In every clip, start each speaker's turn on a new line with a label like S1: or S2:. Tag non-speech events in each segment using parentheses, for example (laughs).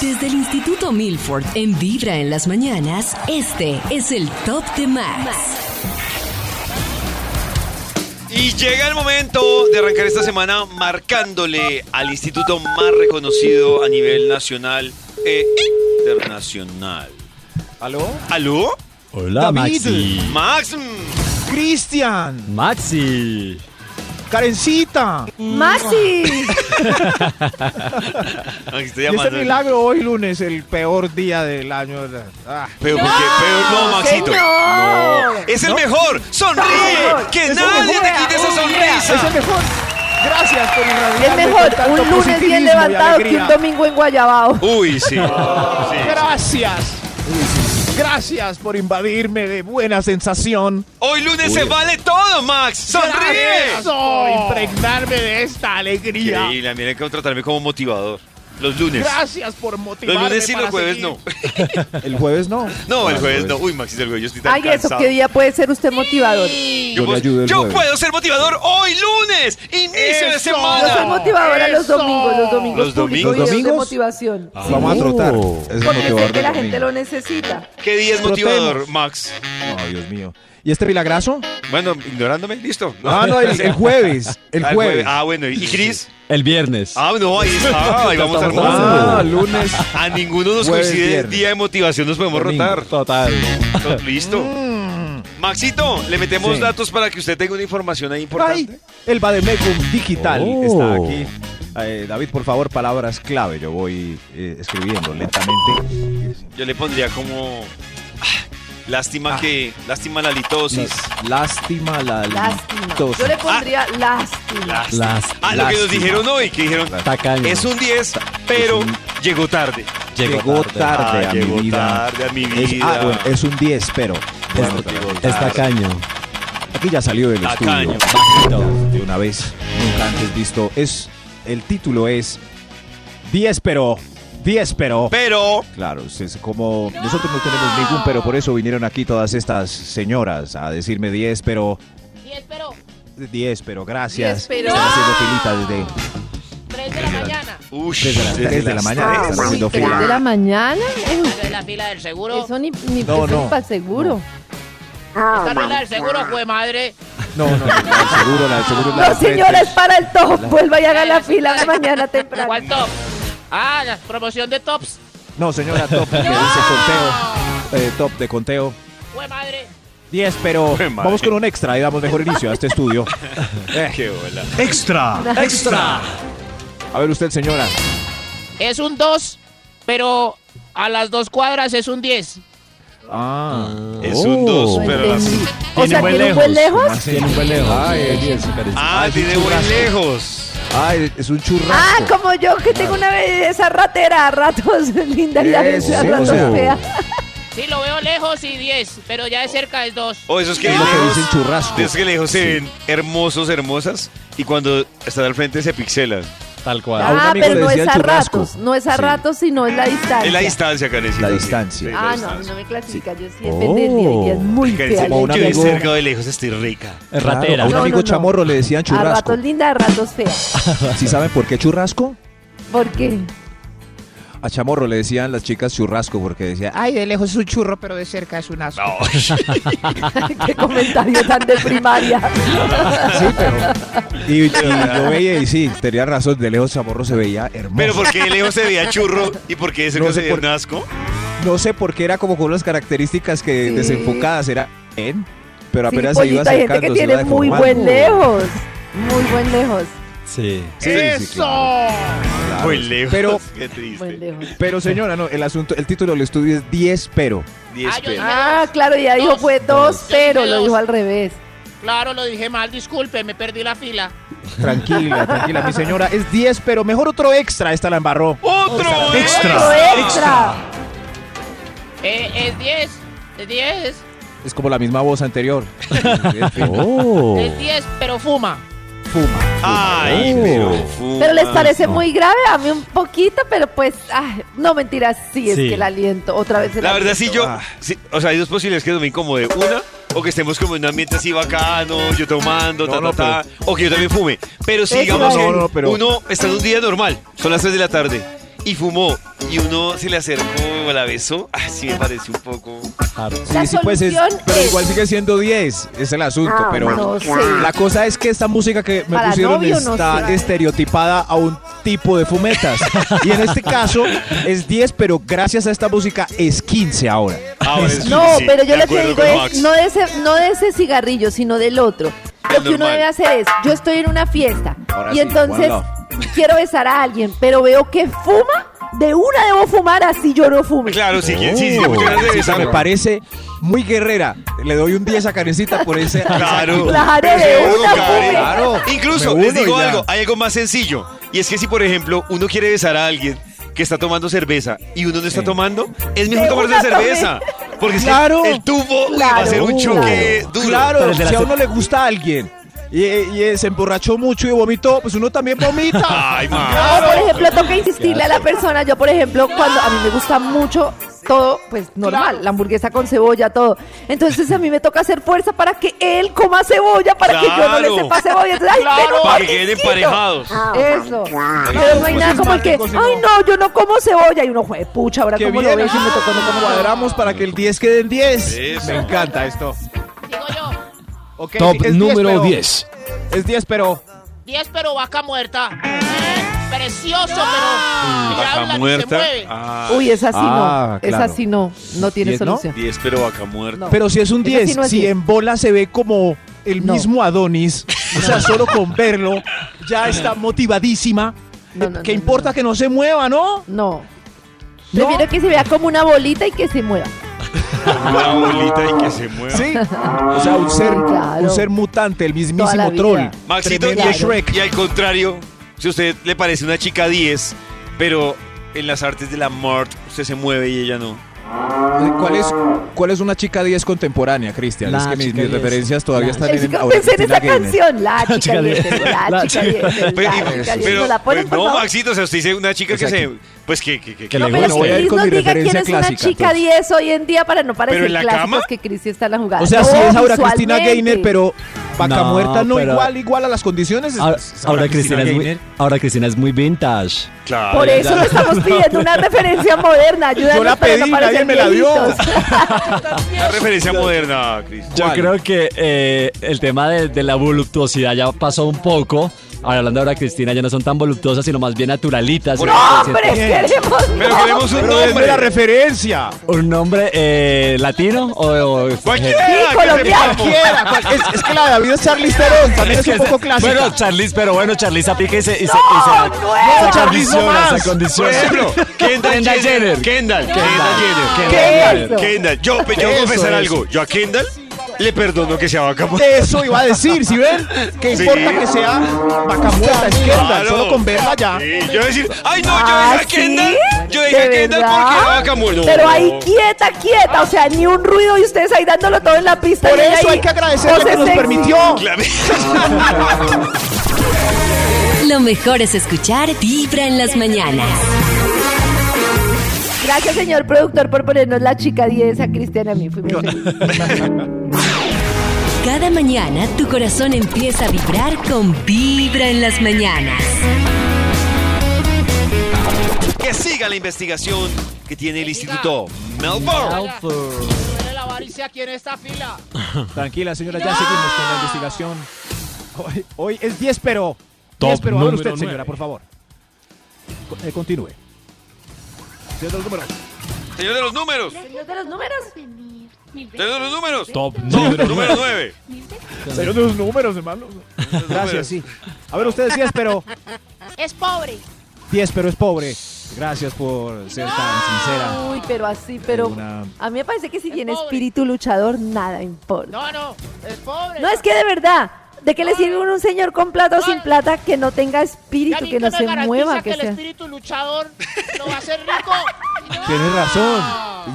S1: Desde el Instituto Milford, en Vibra en las mañanas, este es el Top de Max.
S2: Y llega el momento de arrancar esta semana marcándole al instituto más reconocido a nivel nacional e internacional.
S3: ¿Aló?
S2: ¿Aló?
S4: Hola,
S3: David.
S2: Max.
S4: Maxi.
S3: Cristian,
S4: Maxi.
S3: Karencita,
S2: Aquí estoy
S3: este
S2: llamando.
S3: milagro hoy lunes, el peor día del año. Ah,
S2: Pero ¿por qué? Pero no, Maxito. No. Es el mejor. Sonríe. Que
S3: es el
S2: nadie
S3: mejor.
S2: te quite esa
S3: es el
S2: sonrisa.
S3: mejor. Gracias por irradiarme
S5: Es mejor
S3: con tanto
S5: un lunes bien
S3: positivismo y
S5: levantado que
S3: alegría.
S5: un domingo en Guayabao.
S2: Uy, sí.
S3: Gracias. Gracias por invadirme de buena sensación.
S2: Hoy lunes se vale todo, Max. Sonríe.
S3: Gracias por impregnarme de esta alegría.
S2: Increíble. Miren que contratarme como motivador. Los lunes.
S3: Gracias por
S2: Los
S3: motivarme.
S2: lunes y los
S3: para
S2: jueves
S3: seguir.
S2: no. (laughs)
S3: El jueves no.
S2: No, el jueves no. Uy, Maxi, el jueves yo estoy tan
S5: Ay, eso,
S2: cansado.
S5: ¿qué día puede ser usted motivador?
S2: Yo, puedo- yo puedo ser motivador hoy lunes, inicio de
S3: Eso.
S5: Yo soy
S2: semana.
S5: motivadora los
S3: Eso.
S5: domingos, los domingos.
S2: Los
S5: publico
S2: domingos.
S5: videos
S6: ¿Domingos? Ah.
S5: de motivación.
S6: Vamos
S4: Oh.
S6: a trotar. Es
S5: Porque sé
S6: motivador
S5: que
S6: del
S5: la
S6: domingo.
S5: gente lo necesita.
S2: ¿Qué día es
S3: Trotemos.
S2: motivador, Max?
S6: Ay, Dios mío.
S3: ¿Y este milagrazo?
S2: Bueno, ignorándome, listo.
S6: Ah,
S2: (laughs)
S6: no, el, el jueves. El
S2: Ah,
S6: jueves.
S2: Ah, bueno, ¿y Cris?
S4: El viernes.
S2: Ah, no, ahí
S6: (laughs)
S2: está. Ahí vamos a
S6: Estamos
S2: rotar.
S6: hablando. Ah, lunes.
S2: A ninguno nos
S6: Jueves,
S2: coincide
S6: viernes.
S2: día de motivación, nos podemos
S6: Domingo.
S2: rotar.
S4: Total.
S6: (laughs)
S2: Listo. Maxito, le metemos
S6: Mm. Sí.
S2: datos para que usted tenga una información ahí
S3: Ay,
S2: importante.
S3: el Bademecum digital
S4: Oh.
S3: está aquí.
S6: Aquí. Eh, David, por favor, palabras clave. Yo voy eh, escribiendo lentamente.
S2: Yo le pondría como. ah, Lástima que. Lástima la litosis.
S6: Lástima la
S5: Lástima. Yo
S6: Ah.
S5: le pondría lástima.
S2: Lástima. Ah, lo que nos
S6: Lástima.
S2: dijeron hoy, que dijeron.
S4: Tacaño.
S2: Es un 10, pero llegó tarde.
S6: Llegó tarde
S2: Ah,
S6: a mi
S2: llegó
S6: vida.
S2: tarde a mi
S6: Es,
S2: vida.
S6: ah, bueno, es un 10, pero.
S4: Es,
S6: Bueno,
S4: es tacaño.
S6: Aquí ya salió del
S2: Tacaño.
S6: estudio. De una vez, nunca antes visto. Es, el título es 10 pero, 10 pero.
S2: Pero
S6: Claro, es- es como nosotros no tenemos ningún pero, por eso vinieron aquí todas estas señoras a decirme 10 pero,
S7: 10 pero,
S6: 10 pero, gracias.
S5: 10 pero.
S6: Están haciendo filitas desde
S7: 3 de la mañana.
S2: Ush,
S6: Desde las tres de la mañana,
S2: tres.
S6: están haciendo
S5: ¿Tres
S6: fila.
S5: de la mañana? Eh,
S7: Pero en la fila del seguro.
S5: Eso ni, ni
S6: No,
S5: eso ni
S6: no.
S5: para seguro.
S7: Esta fila del seguro fue madre.
S6: No, no,
S5: (laughs)
S6: no, el seguro, la, el seguro es la
S5: No,
S6: de frente.
S5: señores, para el top. Vuelva y haga la fila mañana temprano.
S7: ¿Cuál top? Ah, la promoción de tops.
S6: No, señora, top, que dice conteo. eh, top de conteo.
S7: Fue madre.
S6: 10, pero
S2: Jue madre.
S6: vamos con un extra y damos mejor inicio a este
S2: (laughs)
S6: estudio. Eh,
S2: Qué bola.
S6: A ver usted, señora.
S7: Es un 2, pero a las dos cuadras es un 10.
S6: Ah,
S2: Es un 2,
S5: No
S2: pero. las-
S5: entendí. O sea, ¿tiene un buen lejos?
S4: Tiene un buen lejos.
S2: Ah, tiene buen lejos.
S6: ah, es un churrasco.
S5: Ah, como yo que tengo una belleza ratera, a ratos (laughs) linda y a veces a
S6: Eso,
S5: ratos
S6: o sea.
S5: fea.
S7: Sí, lo veo lejos y 10, pero ya de cerca es 2.
S2: O Oh, esos que
S6: Es lo que
S2: lejos.
S6: dicen churrasco.
S2: de esos que lejos se ven hermosos, hermosas. Y cuando están al frente se pixelan.
S4: Tal cual.
S6: un
S5: Ah,
S6: amigo
S5: pero
S6: le
S5: no
S6: decía
S5: es a
S6: churrasco.
S5: ratos, no es a
S6: Sí.
S5: ratos, sino es la distancia.
S2: Es la distancia, Karencita.
S6: La
S2: sí.
S6: distancia.
S2: Sí, la
S5: Ah, no,
S2: distancia.
S5: no me clasifica, yo sí depende del día, y es muy
S2: Karencita,
S5: fea.
S6: Como
S5: la
S6: un
S2: yo de
S6: amigo-
S5: distancia.
S2: cerca o de lejos estoy rica.
S4: Es
S6: Claro,
S4: ratera.
S6: a un
S5: No,
S6: amigo
S5: no, no.
S6: chamorro le decían
S5: A
S6: churrasco.
S5: ratos linda, a ratos fea.
S6: ¿Sí saben por qué churrasco?
S5: ¿Por qué? (laughs)
S6: A chamorro le decían las chicas churrasco porque decía, ay, de lejos es un churro, pero de cerca es un asco.
S5: Qué comentario tan de primaria.
S6: "Ah,
S5: (laughs)
S6: Y, y yo veía y sí, tenía razón, de lejos chamorro se veía hermoso.
S2: Pero ¿por qué de lejos se veía churro y por qué de cerca
S6: No sé
S2: se veía
S6: por-
S2: un asco?
S6: No sé por qué era como con unas características que
S5: Sí.
S6: desenfocadas era en, pero
S5: Sí,
S6: apenas se iba
S5: pollito, hay
S6: acercando.
S5: gente que
S6: se iba
S5: tiene muy
S6: deformando.
S5: buen lejos. Muy buen lejos.
S4: Sí.
S6: Sí, sí,
S3: ¡Eso!
S6: claro.
S2: Muy lejos.
S6: Pero,
S2: qué triste.
S5: Buen lejos.
S6: pero señora, no, el asunto, el título del estudio es 10 pero.
S2: Diez
S7: Ah, yo-
S2: pelos.
S5: Ah, claro, ya dijo
S7: Dos.
S5: fue dos, pero
S7: Dos.
S5: lo dijo al revés.
S7: Claro, lo dije mal, disculpe, me perdí la fila.
S6: Tranquila, tranquila, mi señora, es 10 pero. Mejor otro extra, esta la embarró.
S2: ¡Otro
S5: Otro extra.
S7: Eh, es 10, es 10,
S6: Es como la misma voz anterior. (laughs) En fin,
S4: Oh.
S6: (laughs)
S7: Es 10, pero fuma.
S6: Fuma.
S2: Ah, Ay,
S4: Oh.
S2: pero.
S5: Pero les
S2: fumas,
S5: parece
S4: no.
S5: muy grave, a mí un poquito, pero pues, ay, no mentiras, sí, es
S4: Sí.
S5: que el aliento, otra vez el
S2: La verdad, sí,
S5: aliento.
S2: yo.
S6: Ah.
S2: sí, o sea, hay dos posibilidades que no me incomode. Una, o que estemos como en un ambiente así bacano, yo tomando,
S6: No,
S2: ta,
S6: no,
S2: ta, ta. O que yo también fume. Pero si
S5: Eso
S2: digamos
S5: no,
S2: que
S6: no, pero-
S2: uno está en un día normal, son las 3 de la tarde, y fumó, y uno se le acercó o la besó, así me parece un poco.
S4: Ah.
S5: La
S6: pues es-
S5: solución
S6: pero
S5: es-
S6: igual sigue siendo 10, es el asunto.
S5: Ah,
S6: pero
S5: no sé.
S6: la cosa es que esta música que me
S5: Para
S6: pusieron
S5: novio, no
S6: está
S5: sé.
S6: estereotipada a un tipo de fumetas. y en este caso es 10, pero gracias a esta música es 15 ahora.
S2: Ahora es
S5: No,
S2: Ah, sí,
S5: pero
S2: de
S5: yo lo que
S2: acuerdo
S5: digo
S2: con
S5: es,
S2: Max.
S5: no de, ese, no de ese cigarrillo, sino del otro. Lo
S2: Del
S5: que uno
S2: normal.
S5: debe hacer es, yo estoy en una fiesta
S6: Ahora
S5: y
S6: sí,
S5: entonces
S6: guardado.
S5: quiero besar a alguien, pero veo que fuma, de una debo fumar así yo no fumo.
S2: Claro, sí, sí, sí,
S4: Oh.
S2: muchas gracias de
S6: Esa me
S2: besarlo.
S6: parece muy guerrera. Le doy un 10 a Karencita por ese.
S2: Claro.
S5: Claro,
S2: Pero
S5: de
S2: seguro,
S5: una,
S2: Karen.
S6: Claro.
S2: Incluso,
S6: Me
S2: les
S6: uno y
S2: digo
S6: ya.
S2: algo, hay algo más sencillo. Y es que si, por ejemplo, uno quiere besar a alguien que está tomando cerveza y uno no está tomando, es mejor
S5: De
S2: tomarse
S5: una
S2: cerveza. Porque es que
S6: Claro.
S2: el tubo uy, va a
S5: Claro.
S2: ser un choque duro.
S6: Claro,
S4: Pero de la
S6: si a
S4: se-
S6: uno le gusta a alguien y, y, eh, se emborrachó mucho y vomitó, pues uno también vomita.
S2: Ay, ma.
S6: Ah,
S5: No, por ejemplo, toca insistirle a la persona. Yo, por ejemplo, cuando a mí me gusta mucho todo, pues normal, la hamburguesa con cebolla, todo. Entonces a mí me toca hacer fuerza para que él coma cebolla, para que yo no
S2: Claro.
S5: le sepa cebolla. Entonces, ¡ay,
S7: Claro.
S5: pero
S2: Para que queden
S5: mordisquito!
S2: emparejados.
S5: Ah. Eso. Pero no
S6: Pues
S5: hay nada
S6: es
S5: como el que,
S6: mágico, si no.
S5: ay, no, yo no como cebolla. Y uno, jue, pucha, ahora
S6: Que
S5: como
S6: bien,
S5: lo ves y me
S6: ah,
S5: tocó no como
S6: cuadramos para que el 10 quede en 10.
S2: Eso.
S6: Me encanta esto.
S7: Digo yo,
S6: Ok,
S8: Top
S6: sí, es
S8: número
S6: pero-
S8: 10.
S4: Ah,
S6: Es 10, pero
S7: 10, pero vaca muerta. Eh, Precioso, pero. ni habla, ni se mueve.
S2: Ah,
S5: Uy, esa sí
S6: Ah,
S5: no. Esa
S6: claro.
S5: sí no. No tiene
S6: ¿Diez, no?
S5: solución.
S2: 10, pero vaca muerta.
S5: No.
S6: Pero si es un
S5: Ese
S6: 10,
S5: sí no es
S6: si
S5: 10.
S6: en bola se ve como el
S5: No.
S6: mismo Adonis, o
S5: (laughs)
S6: sea, solo con verlo, ya está motivadísima.
S5: No,
S6: Eh,
S5: no,
S6: ¿Qué
S5: no,
S6: importa que no se mueva, no?
S5: No. Prefiero que se vea como una bolita y que se mueva.
S2: Una bolita y que se mueva.
S6: Sí. O sea,
S5: (laughs)
S6: un ser,
S5: Claro.
S6: un ser mutante, el
S5: Toda la
S6: mismísimo
S5: vida.
S6: troll.
S2: Maxito, y,
S6: Tremendo
S5: Claro.
S6: Shrek.
S2: y al contrario, si a usted le parece una chica 10, pero en las artes de la mort usted se mueve y ella no.
S6: Eh, ¿Cuál es, ¿Cuál es una chica 10 contemporánea, Cristian?
S4: La
S6: Es que mis,
S4: chica
S6: mis
S4: 10.
S6: referencias todavía están
S5: Es
S6: en
S5: que
S6: ahora,
S5: pensé en
S6: Cristina
S5: esa
S6: Gaynor.
S5: canción, la chica
S4: chica
S5: dientes, la chica
S2: Pero,
S5: dientes,
S2: Pues, y-
S5: la chica dientes.
S2: pero,
S5: ¿No la ponen,
S2: pues,
S5: por
S2: no,
S5: favor?
S2: Maxito, o sea, usted dice una chica
S6: O sea,
S2: que se.
S6: que-
S2: Pues que. que, que-
S4: Que
S2: que-
S4: le
S5: No, pero es
S4: gusta.
S6: voy a
S5: que
S6: ir
S5: Cris
S6: con
S5: nos
S6: mi
S5: diga quién
S6: referencia
S5: es una
S6: clásica,
S5: chica
S6: entonces.
S5: 10 hoy en día para no parecer
S2: en la
S5: clásicos
S2: cama?
S5: que Cris sí está en la jugada.
S6: O sea,
S5: No,
S6: sí es ahora Cristina
S5: visualmente.
S6: Gaynor, pero vaca
S4: No,
S6: muerta no
S4: pero-
S6: igual, igual a las condiciones. es-
S4: Ahora,
S6: es
S4: ahora Cristina es muy,
S6: Gaynor.
S4: ahora Cristina es muy vintage.
S2: Claro.
S5: Por eso le estamos pidiendo una referencia moderna. Ayúdanos
S6: Yo la
S5: para no
S6: pedí, nadie
S5: parecer
S6: me la dio.
S5: viejitos.
S2: La referencia moderna, Cris.
S4: Yo
S6: ¿Cuál?
S4: creo que eh, el tema de, de la voluptuosidad ya pasó un poco. Ahora hablando ahora Cristina, ya no son tan voluptuosas, sino más bien naturalitas.
S5: No,
S4: Entonces,
S5: pero queremos.
S2: Pero
S5: no.
S2: queremos un
S6: Pero denme
S2: nombre.
S6: la referencia.
S4: ¿Un nombre eh, latino o, o-
S2: Cualquiera.
S5: Sí,
S2: que
S5: colombiano.
S2: sepamos.
S6: Cualquiera, cual- pues, es, es que la de David es Charlize Theron, también es un poco clásica.
S4: Bueno, Charlize, pero bueno, Charlize apíquese y se, y se,
S5: No,
S4: se
S5: nueva.
S6: Charlize, no
S4: condiciona,
S6: más.
S4: se
S2: Por
S4: condiciona. (laughs)
S2: ejemplo, Kendall
S4: Kendall
S2: Jenner.
S4: Jenner.
S2: Kendall. Kendall Jenner.
S5: ¿Qué
S4: Kendall.
S5: es eso?
S2: Kendall. Yo, pues, yo voy a
S6: Eso
S2: confesar
S6: es.
S2: algo. Yo a Kendall le perdono que sea vaca muerta.
S6: Eso iba a decir, si ven? ¿Qué
S2: Sí.
S6: importa que sea vaca muerta, izquierda,
S2: Claro.
S6: solo con verla ya.
S2: Sí, yo decir, ay no, yo
S5: Ah,
S2: dejé a Kendall.
S5: ¿sí?
S2: Yo dejé
S5: ¿De
S2: a Kendall
S5: verdad?
S2: porque era vaca muerta.
S5: Pero
S2: No.
S5: ahí quieta, quieta, o sea, ni un ruido y ustedes ahí dándolo todo en la pista.
S6: Por
S5: y ella
S6: eso
S5: ahí,
S6: hay que agradecerle
S5: pose
S6: que nos
S5: sexy.
S6: permitió.
S1: Lo mejor es escuchar Vibra en las mañanas.
S5: Gracias, señor productor, por ponernos la chica 10 a Cristian y a mí. Fui muy feliz.
S2: (laughs)
S1: Cada mañana tu corazón empieza a vibrar con Vibra en las mañanas.
S2: (laughs) Que siga la investigación que tiene el Instituto Melbourne.
S7: Duele la avaricia aquí en esta fila.
S6: Tranquila, señora, ya seguimos con la investigación. Hoy, hoy es 10, pero.
S8: Top
S6: 10, pero hágalo
S8: número
S6: usted, señora,
S8: nueve.
S6: por favor. Co- eh, continúe.
S2: Señor de los números.
S5: Señor de los números.
S2: Señor de los números.
S8: Top número
S2: Número 9.
S6: Señor de los números, hermano. Gracias, sí. A ver, ustedes 10, pero.
S7: Es pobre.
S6: 10, pero es pobre. Gracias por ser tan sincera.
S5: Uy, pero así, pero.
S6: Una-
S5: A mí me parece que si
S7: Es
S5: tiene
S7: pobre.
S5: espíritu luchador, nada importa.
S7: No, no, es pobre.
S5: No, es que de verdad. ¿De qué le sirve uno un señor con plata o sin plata que no tenga espíritu,
S7: David,
S5: que no
S7: nos
S5: se
S7: garantiza
S5: mueva,
S7: que
S5: que
S7: el
S5: sea?
S7: espíritu luchador lo va a
S2: (laughs)
S7: hacer rico. No.
S6: Tienes razón.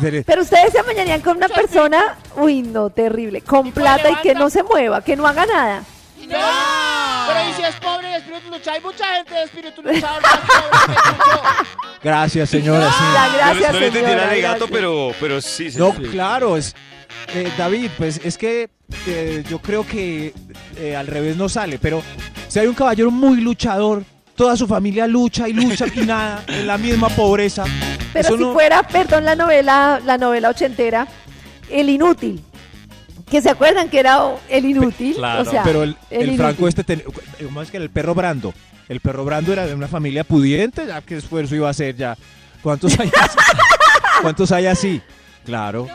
S6: Dice,
S5: Pero ustedes se amañarían con una
S7: Mucho
S5: persona, uy, no, terrible,
S7: Y
S5: con
S7: pues
S5: plata y que
S7: levanta-
S5: no se mueva, que no haga nada.
S7: No. Pero y si es pobre de espíritu luchador, hay mucha gente de espíritu luchador más pobre que yo.
S6: Gracias, señora.
S2: Ah.
S6: sí.
S5: La gracia,
S2: no le entendí
S5: señora,
S2: la de gato,
S5: gracias.
S2: pero, pero sí. sí,
S6: No,
S2: sí.
S6: claro, es eh, David, pues es que eh, yo creo que eh, al revés no sale, pero si hay un caballero muy luchador, toda su familia lucha y lucha y nada, en la misma pobreza.
S5: Pero
S6: eso
S5: si
S6: no-
S5: fuera, perdón, la novela, la novela ochentera, El Inútil. Que se acuerdan que era o- El Inútil.
S4: claro.
S5: o sea,
S6: pero el, el
S5: inútil.
S6: Franco este, ten- ¿cómo es que era el perro Brando? El perro Brando era de una familia pudiente, ya qué esfuerzo iba a hacer ya. ¿Cuántos hay
S5: (laughs)
S6: así? ¿Cuántos hay así? Claro.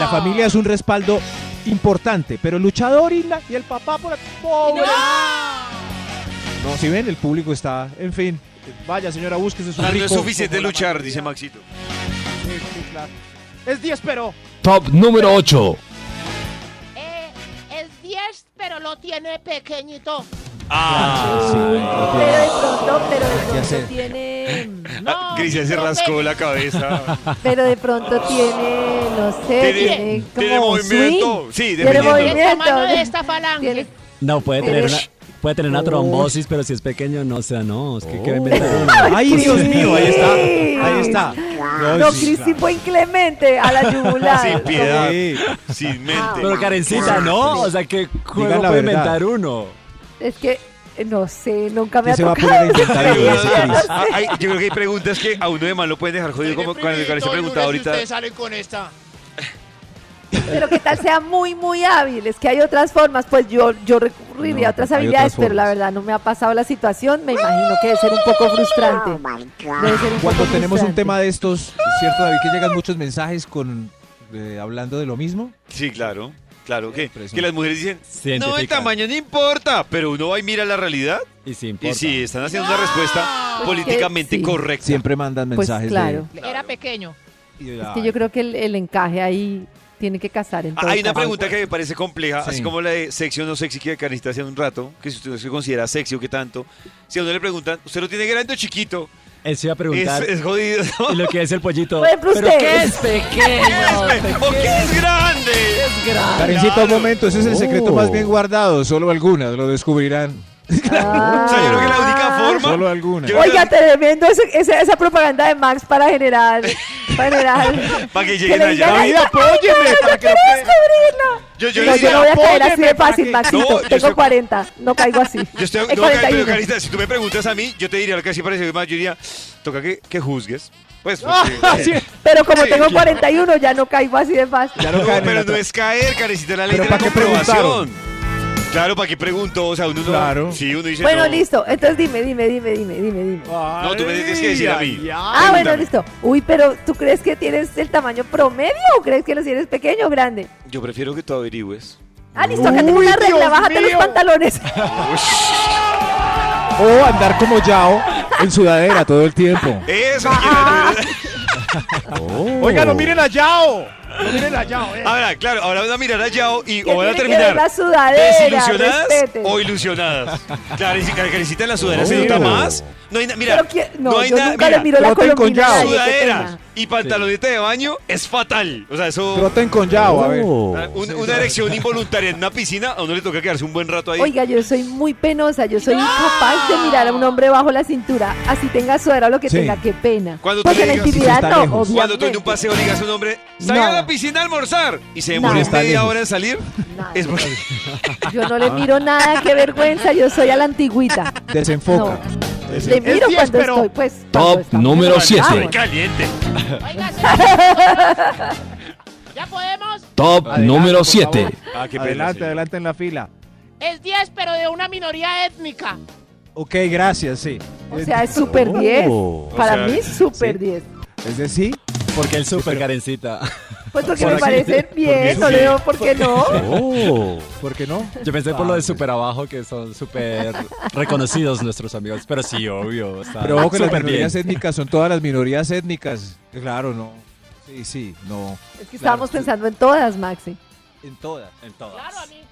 S6: La familia es un respaldo importante, pero el luchador y, la- y el papá por aquí, pobre. No, si ven, el público está, en fin. Vaya, señora, búsquese su
S2: Ah, no
S6: rico-
S2: es suficiente
S6: cojo la
S2: luchar,
S6: materia.
S2: dice Maxito.
S6: Sí, sí, claro. Es 10, pero...
S8: Top número 8.
S7: (laughs) Eh, es 10, pero lo tiene pequeñito.
S2: Ah,
S6: Sí, lo
S5: Pero
S6: tiene.
S5: de pronto, pero de
S6: hacer?
S5: pronto tiene.
S7: No,
S2: Gris Ah, se
S7: no,
S2: rascó la cabeza.
S5: (laughs) Pero de pronto tiene, no sé,
S2: Tiene-
S5: tiene,
S2: tiene
S5: como
S2: movimiento.
S5: swing.
S2: Sí,
S5: tiene
S2: dependiendo.
S7: Este
S5: movimiento.
S7: tamaño de esta falange.
S5: Tiene-
S4: No, puede tener
S5: Pero-
S4: una, puede tener una
S5: Oh.
S4: trombosis, pero si es pequeño, no, o sea, no, es que hay que inventar una.
S6: Oh. Ay, Dios mío, ahí está.
S5: Sí.
S6: Ahí está.
S5: No, Cristi fue inclemente
S2: (laughs)
S5: a la yugular.
S2: Sin piedad.
S6: Sí.
S2: Sin mente.
S4: Pero Karencita, ¿no? O sea, ¿qué juego
S6: la
S4: puede
S6: verdad.
S4: inventar uno?
S5: Es que, eh, no sé, nunca
S6: ¿Quién
S5: me ha
S6: se va a
S5: tocado. (laughs)
S6: poner a inventar
S2: Ay,
S6: algo de ese, Cris?
S2: ah, hay- yo creo que hay preguntas que a uno de más lo pueden dejar jodido, como cuando cuando se preguntaba ahorita.
S7: Ustedes salen con esta.
S5: Pero que tal sea muy, muy hábil. Es que hay otras formas. Pues yo, yo recurriría
S6: No,
S5: a otras
S6: hay
S5: habilidades,
S6: otras
S5: pero la
S6: formas.
S5: verdad no me ha pasado la situación. Me imagino que debe ser un poco frustrante. Debe ser un
S6: Cuando tenemos
S5: poco
S6: un
S5: frustrante.
S6: tema de estos, ¿es cierto, David, que llegan muchos mensajes con eh, hablando de lo mismo?
S2: Sí, claro. Claro, que,
S6: Impresionante.
S2: que las mujeres dicen,
S4: Se
S2: no, el
S4: identifican.
S2: tamaño no importa, pero uno va y mira la realidad
S4: Y si
S2: y
S4: importa.
S2: si están haciendo una respuesta
S5: Pues que
S2: políticamente
S5: sí.
S2: correcta.
S6: Siempre mandan
S5: Pues
S6: mensajes.
S5: claro.
S7: Era pequeño.
S6: De,
S5: Es que yo creo que el, el encaje ahí tiene que casar. En
S2: Ah,
S5: todo
S2: Hay una
S5: caso.
S2: pregunta que me parece compleja,
S6: Sí.
S2: así como la de sexy o no sexy que Karencita hace un rato, que si usted se considera sexy o qué tanto, si a uno le preguntan, ¿usted lo tiene grande o chiquito?
S4: Eso iba a
S2: Es,
S4: preguntar.
S2: es jodido, (laughs)
S4: Y
S2: ¿no?
S4: lo que es el pollito.
S5: Por ejemplo,
S4: ¿Pero
S5: usted.
S4: qué es pequeño?
S2: ¿O qué es grande?
S6: Karencita,
S2: Claro.
S6: un momento, ese es el secreto
S4: Oh.
S6: más bien guardado. Solo algunas lo descubrirán.
S5: Ah.
S2: O sea, (laughs) yo creo que la única forma...
S6: Solo algunas.
S2: Yo-
S5: Oiga, tremendo ese- esa, esa propaganda de Max para generar. Para generar.
S2: (laughs) Para que
S5: Que
S2: lleguen
S5: le
S2: allá.
S5: digan, "Ay,
S6: David, apóyeme,
S5: no,
S6: para
S5: no
S6: que lo
S5: quiero
S6: pe-
S5: descubrirlo.
S2: Yo, yo le
S5: No, yo
S2: diría,
S5: no voy a caer así de
S6: apóyeme, para
S5: fácil,
S6: que-
S5: Maxito.
S2: No, yo
S5: Tengo
S2: estoy-
S5: 40. No caigo así.
S2: (laughs) Yo estoy,
S5: en
S2: no, Karen,
S5: 41.
S2: pero Karencita, si tú me preguntas a mí, yo te diría lo que así parece más, yo diría, toca que, que juzgues. Pues,
S5: Ah, (laughs)
S2: porque-
S5: Pero como
S2: Sí,
S5: tengo
S2: claro.
S5: 41, ya no caigo así de fácil.
S6: Ya
S2: No,
S6: no caen en
S2: pero
S6: la
S2: no
S6: tra-
S2: es caer, Karencita, la ley
S6: Pero
S2: de la
S6: ¿para qué preguntaron?
S2: comprobación. Claro, ¿para qué pregunto? O sea, uno no...
S6: Claro.
S2: Sí, uno dice
S5: Bueno,
S2: no.
S5: listo. Entonces dime, dime, dime, dime, dime, dime.
S2: No, tú me tienes que decir a mí.
S3: Ay, ay,
S5: Ah,
S3: ay.
S5: bueno, listo. Uy, pero ¿tú crees que tienes el tamaño promedio o crees que lo tienes pequeño o grande?
S2: Yo prefiero que tú averigües.
S5: Ah, listo, acá tengo una regla, bájate los
S2: (laughs)
S5: pantalones.
S6: O andar como Yao en sudadera todo el tiempo.
S2: Eso. quiero decir.
S3: Oiga, no miren a Yao. No miren a Yao. eh.
S2: Ahora, claro, ahora van a mirar a Yao y
S5: ¿Qué
S2: o van a
S5: tiene que ver
S2: terminar
S5: la sudadera?
S2: desilusionadas
S5: Respeten.
S2: o ilusionadas. Claro, y si Karencita en la sudadera se
S6: Oh.
S2: nota más. No hay nada, mira,
S5: Pero que-
S2: no,
S5: no,
S2: hay
S5: yo
S2: nada,
S5: nunca le
S2: mira,
S5: miro la
S6: troten con
S5: columna. a
S6: Yao.
S5: nadie, qué
S2: sudaderas
S5: pena.
S2: y pantaloneta de baño es fatal. O sea, eso...
S6: Troten con Yao, a ver.
S3: Oh.
S2: Un- una
S5: (laughs)
S2: erección involuntaria en una piscina, a uno le toca quedarse un buen rato ahí.
S5: Oiga, yo soy muy penosa, yo soy incapaz de mirar a un hombre bajo la cintura, así tenga sudadera o lo que
S6: Sí.
S5: tenga, qué pena.
S2: Cuando tú
S5: Porque
S2: le
S5: la
S2: digas, si
S5: intimidad
S6: está
S5: no,
S6: lejos.
S5: obviamente.
S2: Cuando tú en un paseo le digas a un hombre, salga a
S5: No.
S2: la piscina a almorzar y se demora
S5: No.
S2: media
S6: Está lejos.
S2: hora en salir,
S5: Nada,
S2: es porque- (laughs)
S5: Yo no le miro nada, qué vergüenza, yo soy a la antigüita.
S6: Desenfoca.
S5: Le miro
S3: diez,
S5: cuando
S3: pero-
S5: estoy, pues. cuando
S8: Top
S5: estamos
S8: número
S5: hablando.
S8: 7.
S2: caliente.
S7: Oiga, señor. ¿Ya podemos?
S8: Top
S6: Adelante,
S8: número
S6: por
S8: 7.
S6: favor.
S2: Ah, qué pena,
S6: Adelante,
S2: señor.
S6: adelante en la fila.
S7: Es 10, pero de una minoría étnica.
S6: Ok, gracias, sí.
S5: O sea, es súper 10.
S4: O
S5: Para
S2: sea,
S5: mí, súper
S6: sí.
S5: 10.
S6: Es decir,
S4: Porque el super Karencita.
S5: Pues porque
S6: Por
S5: me
S6: aquí-
S5: parecen bien, no le veo por qué no.
S6: ¿por qué no?
S4: Yo pensé por lo de
S6: Ah, sí.
S4: super abajo, que son súper reconocidos nuestros amigos. Pero sí, obvio. Está
S6: Ah, Pero ojo que las
S4: súper bien.
S6: minorías étnicas son todas las minorías étnicas. Claro, no. Sí, sí, no.
S5: Es que estábamos pensando en todas, Maxi.
S6: En todas.
S7: Claro, a mí.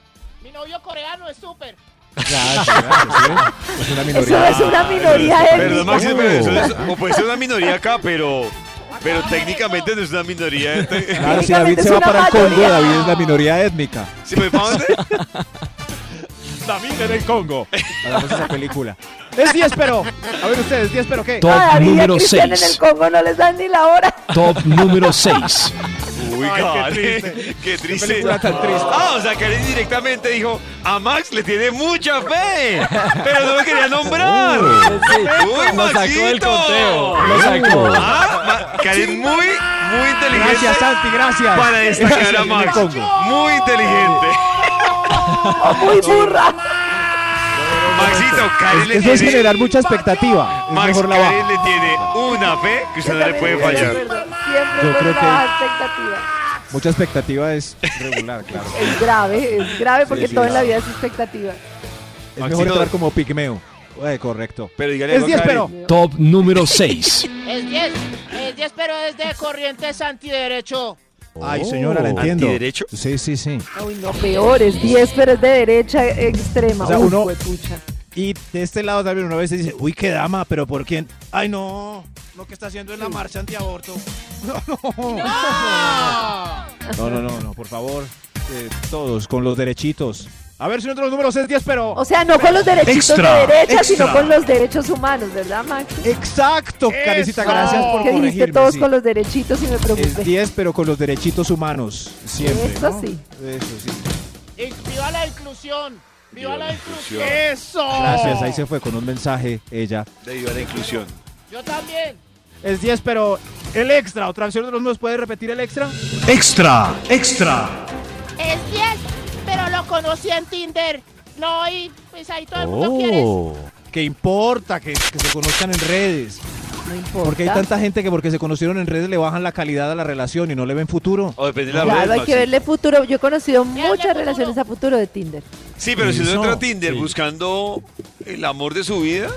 S7: Mi novio coreano es súper.
S6: Gracias, gracias, ¿sí? Es una
S5: Eso
S6: minoría.
S5: es una minoría
S2: Ah, Perdón,
S5: étnica.
S2: Maxi, pero eso es- o puede ser una minoría acá, pero, pero técnicamente no es una minoría. este.
S6: Claro, si David se va para el Congo, David es la minoría étnica.
S2: (laughs) ¿Sí me pa' dónde?
S6: David en el Congo. Hagamos esa película. Es 10, pero. A ver ustedes, 10, pero qué.
S4: Top
S5: A David y a
S4: número
S5: Cristian en
S4: 6.
S5: el Congo no les dan ni la hora. (laughs)
S4: Top número 6.
S2: Uy,
S6: Ay, qué
S2: Karen,
S6: triste.
S2: (laughs) Qué triste.
S6: película tan triste.
S2: Ah, o sea, Karen directamente dijo, a Max le tiene mucha fe, pero no me quería
S6: (laughs)
S2: nombrar. Uy,
S4: Lo sacó del
S2: Maxito.
S4: conteo. Lo sacó.
S2: Ah, Ma- Karen muy, muy inteligente.
S6: Gracias, Santi, gracias.
S2: Para destacar
S6: Gracias,
S2: a Max.
S6: en el Congo.
S2: Muy inteligente.
S5: O muy burra.
S2: Maxito, Karen le
S6: Eso es
S2: tiene...
S6: generar mucha expectativa. Es
S2: Max
S6: mejor la baja.
S2: Karen le tiene una fe que usted no le puede fallar.
S5: Siempre
S6: Yo
S5: con
S6: creo
S5: una
S6: que-
S5: baja expectativa.
S6: Mucha expectativa es regular, claro.
S5: Es grave, es grave porque
S6: sí,
S5: todo en
S6: sí.
S5: la vida es expectativa.
S6: Es
S2: Maxito.
S6: mejor entrar como pigmeo. Eh, correcto.
S2: Pero dígale
S6: Es
S2: algo a
S6: 10,
S2: Karen.
S6: pero.
S4: Top número 6.
S7: Es 10. Es 10, pero es de corrientes antiderecho.
S6: Ay, señora, la entiendo.
S2: ¿Antiderecho?
S6: Sí, sí, sí.
S5: Uy, no, peor, es 10, pero es de derecha extrema.
S6: O sea,
S5: Uy,
S6: uno-
S5: juepucha.
S6: Y de este lado también una vez se dice, uy, qué dama, pero ¿por quién? Ay, no, lo que está haciendo es la marcha antiaborto. (laughs) No, no, no, no, no, no, por favor, eh, todos con los derechitos. A ver si otro número es 10, pero...
S5: O sea, no con los derechitos
S6: Extra,
S5: de derecha,
S6: extra.
S5: sino con los derechos humanos, ¿verdad, Max?
S6: Exacto, Karencita, gracias por
S5: Que dijiste
S6: corregirme.
S5: todos
S6: sí.
S5: con los derechitos y me
S6: Es
S5: preocupé.
S6: 10, pero con los derechitos humanos, siempre.
S5: Eso
S6: ¿no?
S5: sí.
S6: Eso sí.
S7: Y viva la inclusión. Viva la inclusión.
S3: Eso.
S6: Gracias, ahí se fue con un mensaje ella.
S2: De ayuda a la inclusión.
S7: Yo también.
S3: Es 10, pero el extra. ¿Otra acción de los nos puede repetir el extra?
S8: Extra, extra.
S7: Es 10, pero lo conocí en Tinder. No, y pues ahí todo el mundo quiere.
S6: ¿Qué importa que, que se conozcan en redes?
S5: No importa.
S6: Porque hay tanta gente que porque se conocieron en redes le bajan la calidad a la relación y no le ven futuro.
S2: O depende de la
S5: Claro,
S2: red,
S5: hay
S2: Maxi.
S5: que verle futuro. Yo he conocido
S7: Veanle
S5: muchas
S7: futuro.
S5: relaciones a futuro de Tinder.
S2: Sí, pero si uno
S6: Eso,
S2: entra a Tinder
S6: sí.
S2: buscando el amor de su vida.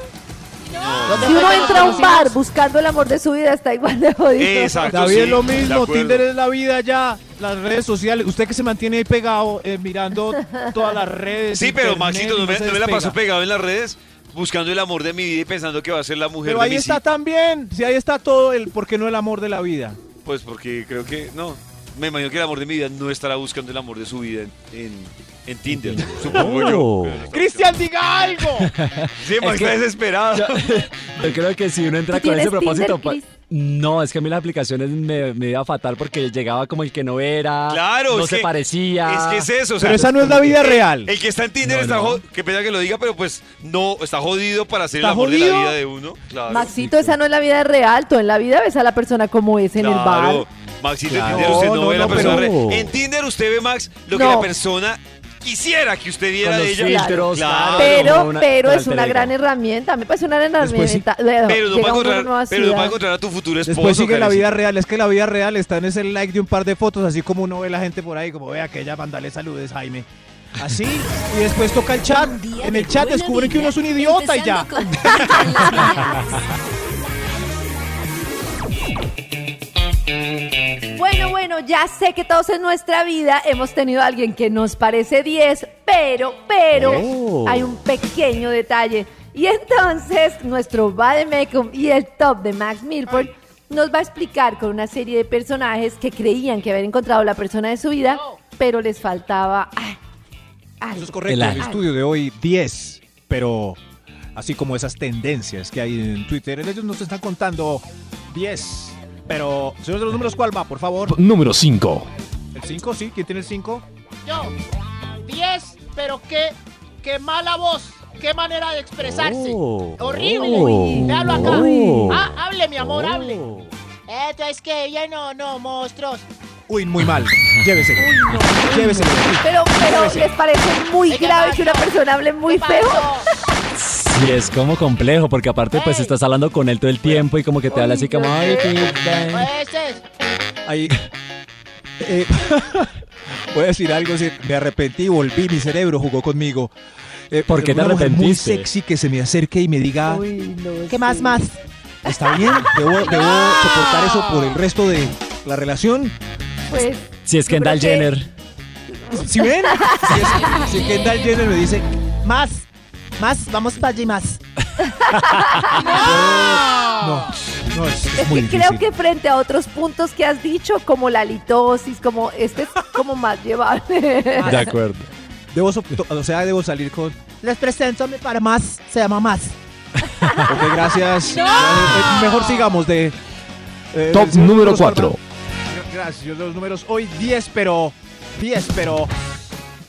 S7: ¿Dónde
S5: Si
S7: fue
S5: uno
S7: que nos
S5: entra a un
S7: conocimos?
S5: bar buscando el amor de su vida, está igual de jodido.
S2: Exacto.
S6: David
S2: sí,
S6: es lo
S2: de
S6: mismo,
S2: acuerdo.
S6: Tinder es la vida ya, las redes sociales. Usted que se mantiene ahí pegado, eh, mirando todas las redes.
S2: Sí, pero
S6: internet,
S2: Maxito, no
S6: y
S2: me,
S6: se
S2: no me la
S6: despega.
S2: paso pegado en las redes buscando el amor de mi vida y pensando que va a ser la mujer
S6: Pero
S2: de
S6: ahí
S2: mi
S6: está
S2: sí.
S6: también, si ahí está todo el por qué no el amor de la vida.
S2: Pues porque creo que no. Me imagino que el amor de mi vida no estará buscando el amor de su vida en, en, en Tinder. Supongo yo.
S3: Cristian, diga
S2: (laughs)
S3: algo.
S2: Sí, Max está desesperado.
S4: Yo, yo creo que si uno entra
S5: ¿Tú
S4: con ese
S5: tienes
S4: propósito.
S5: Tinder,
S4: pa-
S5: Cris?
S4: no, es que a mí las aplicaciones me, me iba fatal porque llegaba como el que no era.
S2: (laughs) Claro,
S4: no
S2: es
S4: se
S2: que-
S4: parecía.
S2: Es que es eso. o sea,
S6: Pero esa no es la vida real.
S2: El que está en Tinder
S4: No,
S2: está
S4: no.
S2: jodido. Qué pena que lo diga, pero pues no, está jodido para hacer el
S6: ¿Está
S2: amor de la
S6: jodido?
S2: vida de uno. Claro.
S5: Maxito, esa no es la vida real. Tú en la vida ves a la persona como es en el bar.
S2: Claro, Maxito, en Tinder usted no,
S6: No,
S2: ve
S6: no,
S2: la
S6: no,
S2: persona.
S4: pero-
S2: re- En Tinder usted ve, Max, lo que
S5: No.
S2: la persona quisiera que usted viera
S4: Con
S2: de
S4: los
S2: ella.
S4: filtros,
S2: Claro.
S4: claro.
S5: Pero,
S4: no, una-
S5: pero
S4: para
S5: es
S4: el
S5: una gran
S4: telégrafo.
S5: herramienta. Me parece una gran
S6: Después sí-
S5: herramienta.
S2: Pero no, va
S5: Llega
S2: a
S5: uno a una
S2: encontrar,
S5: nueva
S2: pero no va a
S5: ciudad.
S2: encontrar a tu futuro esposo.
S6: Después sigue la
S2: Karencita.
S6: vida real, es que la vida real está en ese like de un par de fotos, así como uno ve la gente por ahí, como vea aquella, mandale saludes, Jaime. Así, y después toca el chat. En el chat descubren que uno es un idiota y ya.
S5: Bueno, bueno, ya sé que todos en nuestra vida hemos tenido a alguien que nos parece 10, pero, pero,
S4: Oh.
S5: hay un pequeño detalle. Y entonces, nuestro Bademecum y el top de Max Milford nos va a explicar con una serie de personajes que creían que habían encontrado la persona de su vida, pero les faltaba. ay,
S6: Oh. Eso es
S5: algo.
S6: correcto.
S4: El
S6: El
S4: año.
S6: estudio de hoy, 10. Pero así como esas tendencias que hay en Twitter, ellos nos están contando 10. Pero, señor de los números, ¿cuál va, por favor?
S8: Número 5.
S6: ¿El 5? Sí, ¿quién tiene el 5?
S7: Yo. 10, pero qué, qué mala voz. Qué manera de expresarse.
S4: Oh.
S7: Horrible.
S4: Oh.
S7: Véalo acá.
S4: Oh.
S7: Ah, hable, mi amor, hable. Esto es que ella no, no, monstruos.
S6: Uy, muy mal. Lléveselo. Lléveselo.
S5: Pero, pero, ¿les parece muy
S7: Oiga,
S5: grave
S7: Max,
S5: que una persona hable muy
S7: ¿Qué
S5: feo?
S7: pasó?
S4: Sí, es como complejo porque aparte pues
S7: Ey.
S4: estás hablando con él todo el tiempo y como que te habla así como... Ay, qué bien".
S7: Pues es-
S6: Ahí. Eh, (laughs) voy a decir algo, sí, me arrepentí, volví, mi cerebro jugó conmigo. Eh,
S4: ¿Por qué te
S6: una mujer
S4: arrepentiste?
S6: Muy sexy que se me acerque y me diga,
S5: Uy, no
S7: ¿Qué más,
S5: sé.
S7: más?
S6: está bien, debo, debo soportar eso por el resto de la relación.
S5: Pues,
S4: Si es
S5: Yo creo
S4: Kendall
S5: que-
S4: Jenner.
S6: ¿Si
S7: (laughs)
S6: ven? Si, es- si Kendall Jenner me dice,
S7: Más, más, vamos para allí más.
S6: (laughs) no, no, es, es
S5: Es
S6: muy
S7: (laughs)
S5: que creo
S6: difícil.
S5: que frente a otros puntos que has dicho, como la litosis, como este es como más llevable.
S4: De acuerdo.
S6: Debo, so- to- o sea, debo salir con,
S7: Les presento a mi para más, se llama más.
S6: (laughs) ok, gracias. gracias, eh, Mejor sigamos de... eh,
S8: Top
S6: de-
S8: número
S6: los
S8: 4.
S6: barba- Gracias, yo los números hoy 10, pero... 10, pero...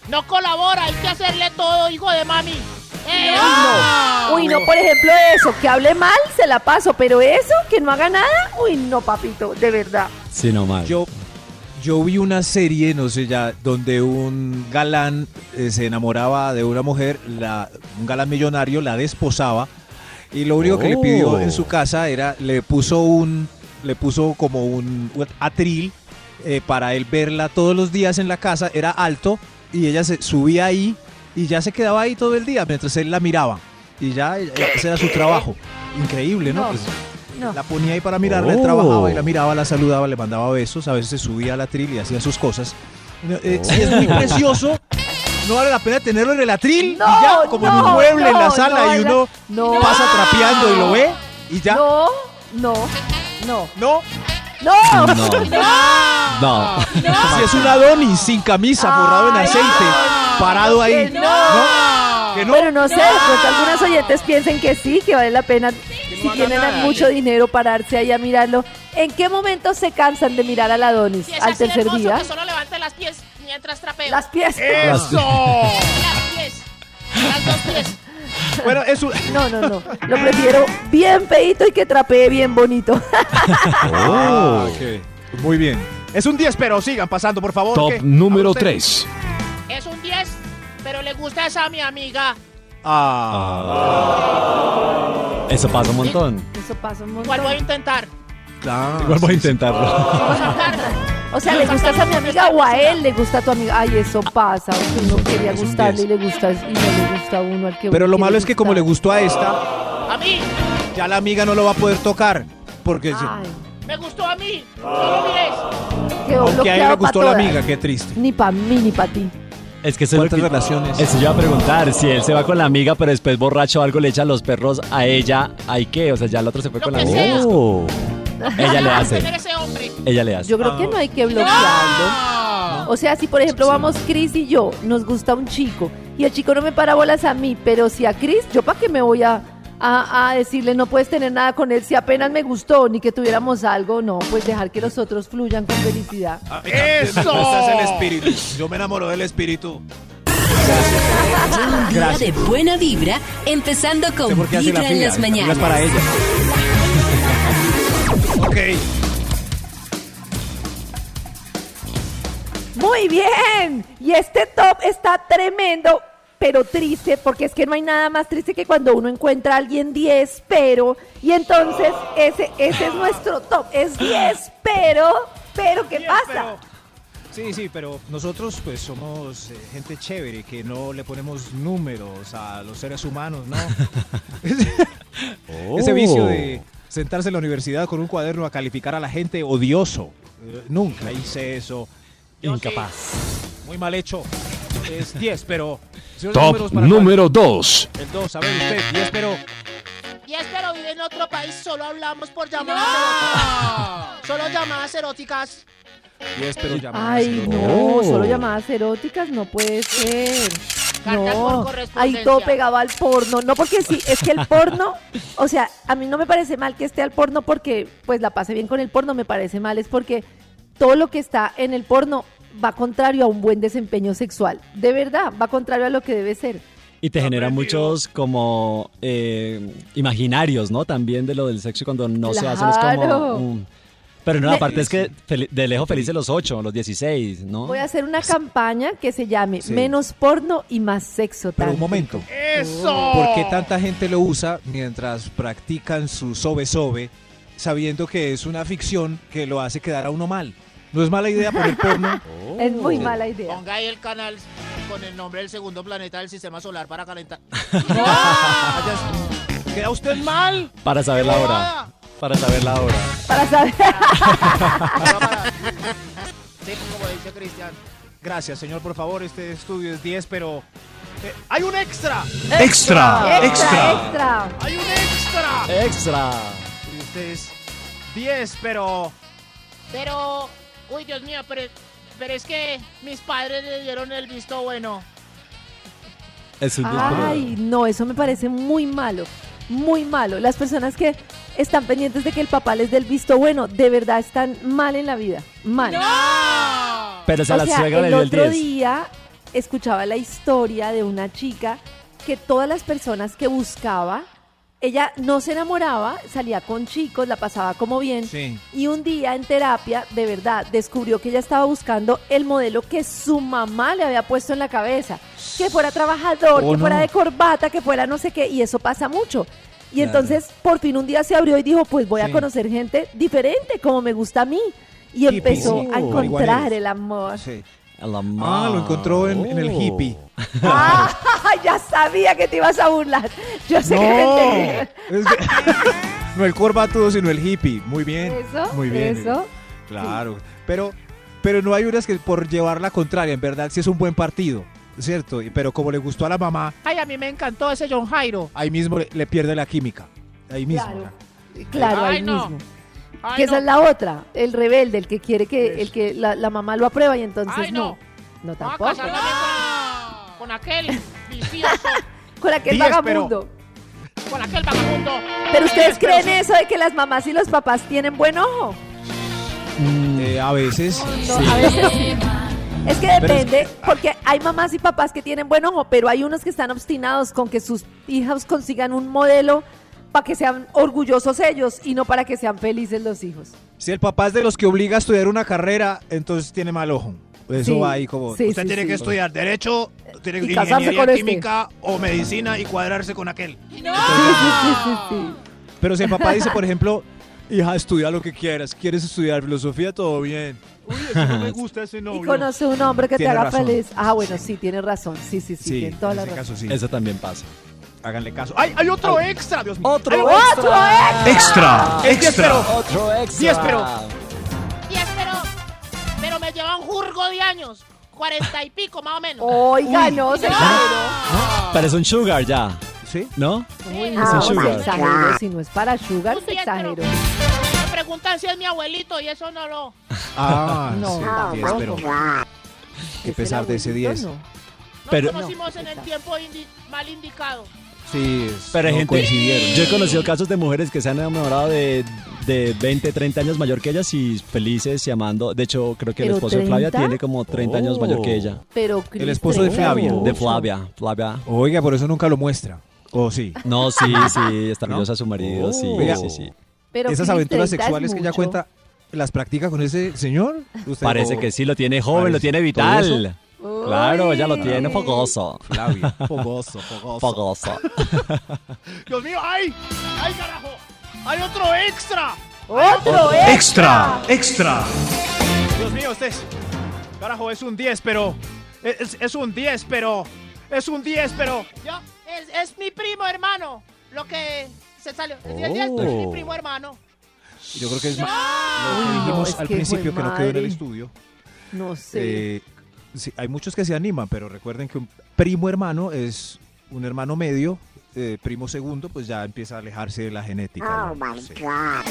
S7: No colabora, hay que hacerle todo, hijo de mami. ¡Eh!
S5: Uy, no, por ejemplo, eso, que hable mal, se la paso, pero eso, que no haga nada, uy, no, papito, de verdad.
S4: Sí, no mal.
S6: Yo, yo vi una serie, no sé ya, donde un galán eh, se enamoraba de una mujer, la, un galán millonario la desposaba y lo único que le pidió en su casa era, le puso un, le puso como un atril eh, para él verla todos los días en la casa, era alto y ella se subía ahí y ya se quedaba ahí todo el día mientras él la miraba y ya eh, ese era su trabajo. Increíble, ¿no?
S5: No,
S6: Pues,
S5: no.
S6: la ponía ahí para mirarla, él
S4: Oh.
S6: trabajaba y la miraba, la saludaba, le mandaba besos, a veces se subía a la atril y hacía sus cosas. No, eh, Si es muy precioso, no vale la pena tenerlo en el atril
S5: No,
S6: y ya, como en
S5: no,
S6: un mueble, en
S5: no,
S6: la sala,
S5: no,
S6: y
S5: la-
S6: uno
S5: no.
S6: pasa trapeando y lo ve y ya. No,
S5: No, no, no,
S4: No.
S5: (laughs) no.
S4: No.
S6: Si es un Adonis sin camisa, borrado en
S5: Ay,
S6: aceite,
S5: no,
S6: parado
S5: no,
S6: ahí.
S5: que no.
S6: No, que no.
S5: Pero no sé, de pronto algunos oyentes piensen que sí, que vale la pena, si tienen mucho dinero, pararse ahí a mirarlo. ¿En qué momento se cansan de mirar al Adonis?
S7: Si es
S5: ¿Al
S7: así
S5: tercer
S7: hermoso
S5: día?
S7: que solo levante las pies mientras trapeo.
S5: Las pies.
S6: Eh.
S7: Las pies. Las dos pies.
S6: Bueno, es un-
S5: No, no, no. Lo prefiero bien feito y que trapee bien bonito. (laughs)
S6: Ah, ok. Muy bien. Es un 10, pero sigan pasando, por favor.
S8: Top
S6: que- a
S8: número
S6: usted-
S8: 3.
S7: Es un 10, pero le gusta esa a mi amiga.
S6: Ah.
S4: Eso pasa un montón.
S5: Eso pasa un
S7: ¿Cuál
S5: montón.
S7: voy a intentar?
S4: Igual voy a intentarlo.
S7: Vamos a sacar.
S5: O sea, ¿le gustas a mi amiga o a él le gusta a tu amiga? Ay, eso pasa. o sea, uno quería gustarle y le gusta y no le gusta a uno al que
S6: Pero
S5: uno
S6: lo malo
S5: quiere
S6: es que como le
S5: gustar.
S6: gustó a esta,
S7: A mí.
S6: ya la amiga no lo va a poder tocar. Porque se-
S5: Ay,
S7: Me gustó a mí. No lo mires.
S5: quedó
S6: aunque a ella le
S5: bloqueado pa'
S6: gustó la
S5: todas.
S6: amiga, qué triste.
S5: Ni para mí ni para ti.
S4: Es que eso es lo
S6: ¿Cuántas
S4: que-
S6: relaciones?
S4: Eso yo iba a preguntar, si él se va con la amiga, pero después borracho o algo le echa los perros a ella, ¿hay qué? O sea, ya la otra se fue
S7: Lo
S4: con la
S7: que
S4: amiga.
S7: sea.
S4: Oh. Ella le
S7: Ah, Tener
S4: hace,
S7: ese hombre.
S4: ella le hace.
S5: Yo creo que no hay que bloquearlo. O sea, si por ejemplo vamos Chris y yo, nos gusta un chico y el chico no me para bolas a mí, pero si a Chris, yo para qué me voy a, a- a decirle no puedes tener nada con él si apenas me gustó ni que tuviéramos algo, no, pues dejar que los otros fluyan con felicidad.
S6: Ah, ¡Eso! Estás el espíritu. Yo me enamoro del espíritu.
S1: Lleva un día de buena vibra, empezando
S6: Sé
S1: con
S6: por qué hace
S1: Vibra
S6: la
S1: en
S6: fila.
S1: las
S6: la fila
S1: mañanas.
S6: es para ella. Ok.
S5: Muy bien. Y este top está tremendo, pero triste, porque es que no hay nada más triste que cuando uno encuentra a alguien 10, pero. Y entonces ese, ese es nuestro top. Es 10, pero. Pero, ¿qué pasa?
S6: Sí, sí, pero nosotros pues somos eh, gente chévere que no le ponemos números a los seres humanos,
S8: (laughs)
S6: ¿no? Ese vicio
S8: Oh.
S6: de sentarse en la universidad con un cuaderno a calificar a la gente odioso. Eh, Nunca hice eso.
S4: Incapaz.
S6: Muy mal hecho. Es 10, pero... señores, números
S8: Top
S6: para
S8: número 2.
S6: cuál? El 2, a ver usted, 10, pero...
S7: Y es pero vive en otro país, solo hablamos por llamadas eróticas. Solo llamadas eróticas.
S6: 10, pero llamadas.
S5: Ay,
S6: ¿no?
S5: no,
S4: Oh.
S5: solo llamadas eróticas no puede ser.
S7: Cartas por
S5: no,
S7: correspondencia.
S5: ahí todo pegado al porno. No, porque sí, es que el porno, o sea, a mí no me parece mal que esté al porno porque pues la pase bien con el porno, me parece mal, es porque todo lo que está en el porno va contrario a un buen desempeño sexual. De verdad, va contrario a lo que debe ser.
S4: Y te genera muchos como eh, imaginarios, ¿no? También de lo del sexo y cuando no se hacen es
S5: Claro.
S4: como... mm. pero no,
S5: Me-
S4: aparte es que fel- de lejos felices los 8, los 16,
S6: Ah.
S4: ¿no?
S5: Voy a hacer una campaña que se llame Menos porno y más sexo.
S6: Pero un
S5: tántrico".
S6: momento.
S7: ¡Eso!
S6: ¿Por qué tanta gente lo usa mientras practican su sobe-sobe sabiendo que es una ficción que lo hace quedar a uno mal? No es mala idea poner porno.
S5: Es muy mala idea.
S7: Ponga ahí el canal con el nombre del (laughs) segundo planeta del sistema solar para calentar.
S6: ¿Queda usted mal?
S4: Para saber la hora.
S7: ¡Bobada!
S4: Para saber la hora.
S5: Para saber.
S7: Para, para. Sí, como pues, dice Cristian.
S6: Gracias, señor, por favor. Este estudio es 10, pero. eh,
S7: ¡Hay un extra!
S8: Extra.
S5: Extra,
S8: Extra.
S5: extra.
S7: ¡Hay un extra!
S4: Extra.
S6: y este es 10, pero.
S7: Pero, uy, Dios mío, pero, pero es que mis padres le dieron el visto bueno.
S4: Es un
S5: Ay, no, eso me parece muy malo, muy malo. Las personas que están pendientes de que el papá les dé el visto bueno, de verdad están mal en la vida, mal.
S4: Pero se
S5: O
S4: la
S5: sea,
S4: suegra le
S5: el
S4: dio el
S5: otro
S4: 10.
S5: día escuchaba la historia de una chica que todas las personas que buscaba, ella no se enamoraba, salía con chicos, la pasaba como bien.
S6: Sí.
S5: Y un día en terapia, de verdad, descubrió que ella estaba buscando el modelo que su mamá le había puesto en la cabeza. Que fuera trabajador,
S4: Oh,
S5: que fuera de corbata, que fuera no sé qué. Y eso pasa mucho. Y entonces, por fin un día se abrió y dijo, pues voy a
S6: Sí.
S5: coner gente diferente, como me gusta a mí. Y
S6: Hippies.
S5: empezó a
S6: Oh.
S5: encontrar
S6: Iguales.
S5: el (laughs) amor.
S6: Sí.
S4: La
S6: Ah, lo
S4: ma-
S6: encontró en, en el
S4: Oh.
S6: hippie.
S5: Ah, (laughs) ya sabía que te ibas a burlar. Yo sé que te entendí.
S6: Es que- (laughs) no el corbatudo, sino el hippie. Muy bien.
S5: Eso,
S6: muy bien.
S5: eso.
S6: Claro. Pero, pero no hay unas que por llevar la contraria, en verdad, sí es un buen partido. ¿Cierto? Y- Pero como le gustó a la mamá,
S7: Ay, a mí me encantó ese John Jairo.
S6: ahí mismo le, le pierde la química. Ahí mismo.
S5: Claro. Claro,
S7: Ay,
S5: ahí
S7: no.
S5: mismo.
S7: Ay,
S5: que
S7: no.
S5: esa es la otra, el rebelde, el que quiere que, el que la, la mamá lo aprueba y entonces
S7: Ay,
S5: no.
S7: no.
S5: No
S7: Vamos a
S5: tampoco.
S7: Ah, casarme con, con aquel vicioso,
S5: Con aquel
S6: Diez,
S5: vagabundo.
S7: con aquel vagabundo. Este,
S5: Pero, ustedes creen eso de que las mamás y los papás tienen buen ojo.
S6: Eh, a veces.
S5: No, a veces sí. Es que depende, porque hay mamás y papás que tienen buen ojo, pero hay unos que están obstinados con que sus hijas consigan un modelo para que sean orgullosos ellos y no para que sean felices los hijos.
S6: Si el papá es de los que obliga a estudiar una carrera, entonces tiene mal ojo. Eso
S5: Sí,
S6: va ahí como.
S5: sí,
S9: Usted
S5: sí,
S9: tiene
S5: sí.
S9: que estudiar derecho, tiene
S5: Y
S9: que
S5: casarse
S9: ingeniería
S5: con este.
S9: química o medicina y cuadrarse con aquel.
S6: Pero si el papá dice,
S5: (laughs)
S6: por ejemplo, hija, estudia lo que quieras. ¿Quieres estudiar filosofía? Todo bien. Uy, eso no me gusta ese
S5: Y conoce un hombre que te
S6: Tiene
S5: haga
S6: razón.
S5: feliz. Ah, bueno, sí, tiene razón. Sí, sí, sí,
S6: Sí,
S5: tiene toda
S6: en
S5: la
S6: ese
S5: razón.
S6: caso sí.
S4: Eso también pasa.
S6: Háganle caso.
S9: ¡Ay, hay otro extra! Dios mío.
S4: Otro
S5: ¡Otro extra!
S8: Extra. Extra.
S4: Otro extra.
S9: Diez, pero-
S7: Diez, pero, pero me lleva un jurgo de años. Cuarenta y pico, más o menos.
S5: Oh, Oiga, no, Ah, se
S4: Pero es un sugar ya,
S6: Sí.
S4: ¿no?
S5: Ah,
S4: es un
S5: se
S4: sugar.
S5: exageró. Si no es para sugar,
S7: Un
S5: se
S7: diez, pero-
S5: exageró.
S7: Me preguntan si es mi abuelito y eso no lo...
S6: Ah,
S5: No,
S6: sí,
S5: no,
S6: diez, pero qué
S5: ¿Es
S6: pesar
S5: el
S6: de ese
S5: abuelito?
S6: 10.
S5: No.
S7: Nos
S4: Pero-
S7: conocimos en el tiempo indi- mal indicado.
S6: Sí, es-
S4: Pero hay
S6: no
S4: gente.
S6: coincidieron.
S4: Yo he conocido casos de mujeres que se han enamorado de, de 20, 30 años mayor que ellas y felices y amando. De hecho, creo que el
S5: ¿Pero
S4: esposo de Flavia
S5: 30?
S4: tiene como 30 años mayor que ella.
S5: Pero Cris,
S6: El esposo Oh. de
S5: tremendo.
S6: Flavia.
S4: De Flavia. Flavia.
S6: Oiga, por eso nunca lo muestra. O oh, sí.
S4: No, sí, sí, está orgullosa de su marido, sí,
S6: Oiga.
S4: sí, sí.
S5: Pero
S6: Esas
S5: Cris,
S6: aventuras
S5: 30 es
S6: sexuales que ella
S5: mucho.
S6: cuenta, ¿las practica con ese señor? Usted oh,
S4: Parece
S6: o-
S4: que sí, lo tiene joven, lo
S6: Parece-
S4: tiene
S6: ¿todo
S4: vital.
S6: eso?
S5: Uy.
S4: Claro, ya lo tiene fogoso.
S6: Flavia.
S4: (laughs)
S6: Fogoso, fogoso. (laughs)
S4: Fogoso.
S9: Dios mío, ¡ay! ¡Ay, carajo! ¡Hay otro extra!
S5: ¡Otro
S8: Extra. Extra.
S9: Dios mío, usted es... Carajo, es un 10, pero... Es, es un 10, pero... Es un 10, pero...
S7: Yo, es, es mi primo hermano. Lo que se salió. Es, es
S4: Oh.
S7: mi primo hermano.
S6: Yo creo que es lo
S5: Uy,
S6: que
S5: no,
S6: dijimos
S5: es
S6: al
S5: que
S6: principio que
S5: fue
S6: no quedó en el
S5: madre.
S6: estudio.
S5: No sé.
S6: Eh, sí, hay muchos que se animan, pero recuerden que un primo hermano es un hermano medio, eh, primo segundo, pues ya empieza a alejarse de la genética. Oh my God.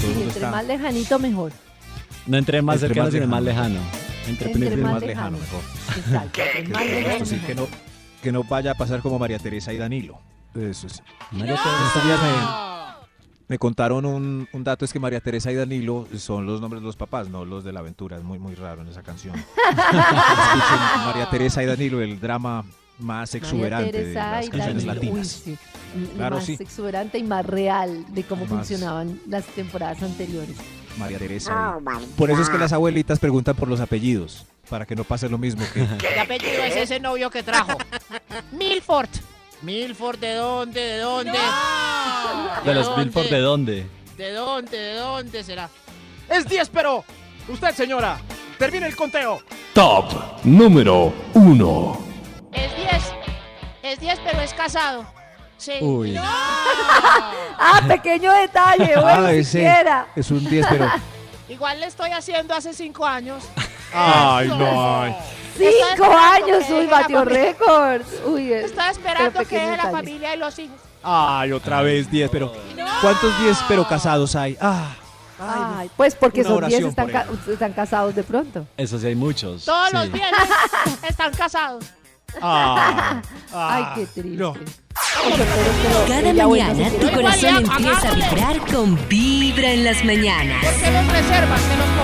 S5: Sí, entre más lejanito,
S6: (laughs)
S5: mejor.
S4: No entre más
S6: Entre
S4: cercano,
S6: más
S4: sino más
S6: lejano.
S4: lejano. Entre,
S5: Entre
S4: primero y
S5: más
S6: más lejano,
S5: lejano.
S6: mejor.
S5: Exacto, entre más lejano,
S6: Esto sí, que
S5: mejor.
S6: no, que no vaya a pasar como María Teresa y Danilo. Eso sí.
S4: María
S6: Estos días me, me contaron un, un dato, es que María Teresa y Danilo son los nombres de los papás, no los de la aventura. Es muy, muy raro en esa canción. Escuchen María Teresa y Danilo, el drama más exuberante
S5: María Teresa
S6: de las
S5: y
S6: canciones
S5: Danilo. Uy,
S6: latinas.
S5: sí. Y- y
S6: Claro,
S5: más
S6: sí.
S5: exuberante y más real de cómo
S6: Más.
S5: funcionaban las temporadas anteriores.
S6: María Teresa. Por eso es que las abuelitas preguntan por los apellidos, para que no pase lo mismo
S5: (laughs)
S6: que...
S7: ¿Qué apellido es ese novio que trajo? Milford. Milford, ¿de dónde? ¿De dónde?
S4: ¿De los Billboard de dónde?
S7: ¿De dónde? ¿De dónde será?
S9: Es 10, pero... Usted, señora, termine el conteo.
S8: Top número 1.
S7: Es 10. Es 10, pero es casado. Sí.
S4: Uy.
S5: ¡Ah, pequeño
S6: (laughs)
S5: detalle! Bueno,
S6: Ah, ese
S5: siquiera.
S6: es un 10, pero...
S7: Igual le estoy haciendo hace 5 años.
S6: Ay, no. ay.
S5: Cinco
S7: esperando
S5: años,
S7: que
S5: uy,
S7: deje
S5: batió
S7: la familia.
S5: récords. Uy, eh,
S7: Estaba
S5: pero
S7: esperando que
S5: pequeños
S7: deje la
S5: detalles.
S7: familia y los hijos.
S6: Ay, otra vez 10, pero ¿cuántos 10 pero casados hay? Ah,
S5: Ay, pues porque
S6: Una
S5: esos 10
S6: oración
S5: están,
S6: por
S5: ca- están casados de pronto.
S4: Eso sí hay muchos.
S7: Todos
S4: sí.
S7: los viernes están casados.
S6: ah.
S5: Ay, qué triste.
S6: no.
S1: Cada
S5: Ya voy,
S1: mañana
S5: entonces,
S1: tu
S7: igual,
S1: corazón
S7: ya,
S1: empieza a
S7: hagámosle.
S1: vibrar con Vibra en las mañanas.
S7: ¿Por qué los reservas? Que los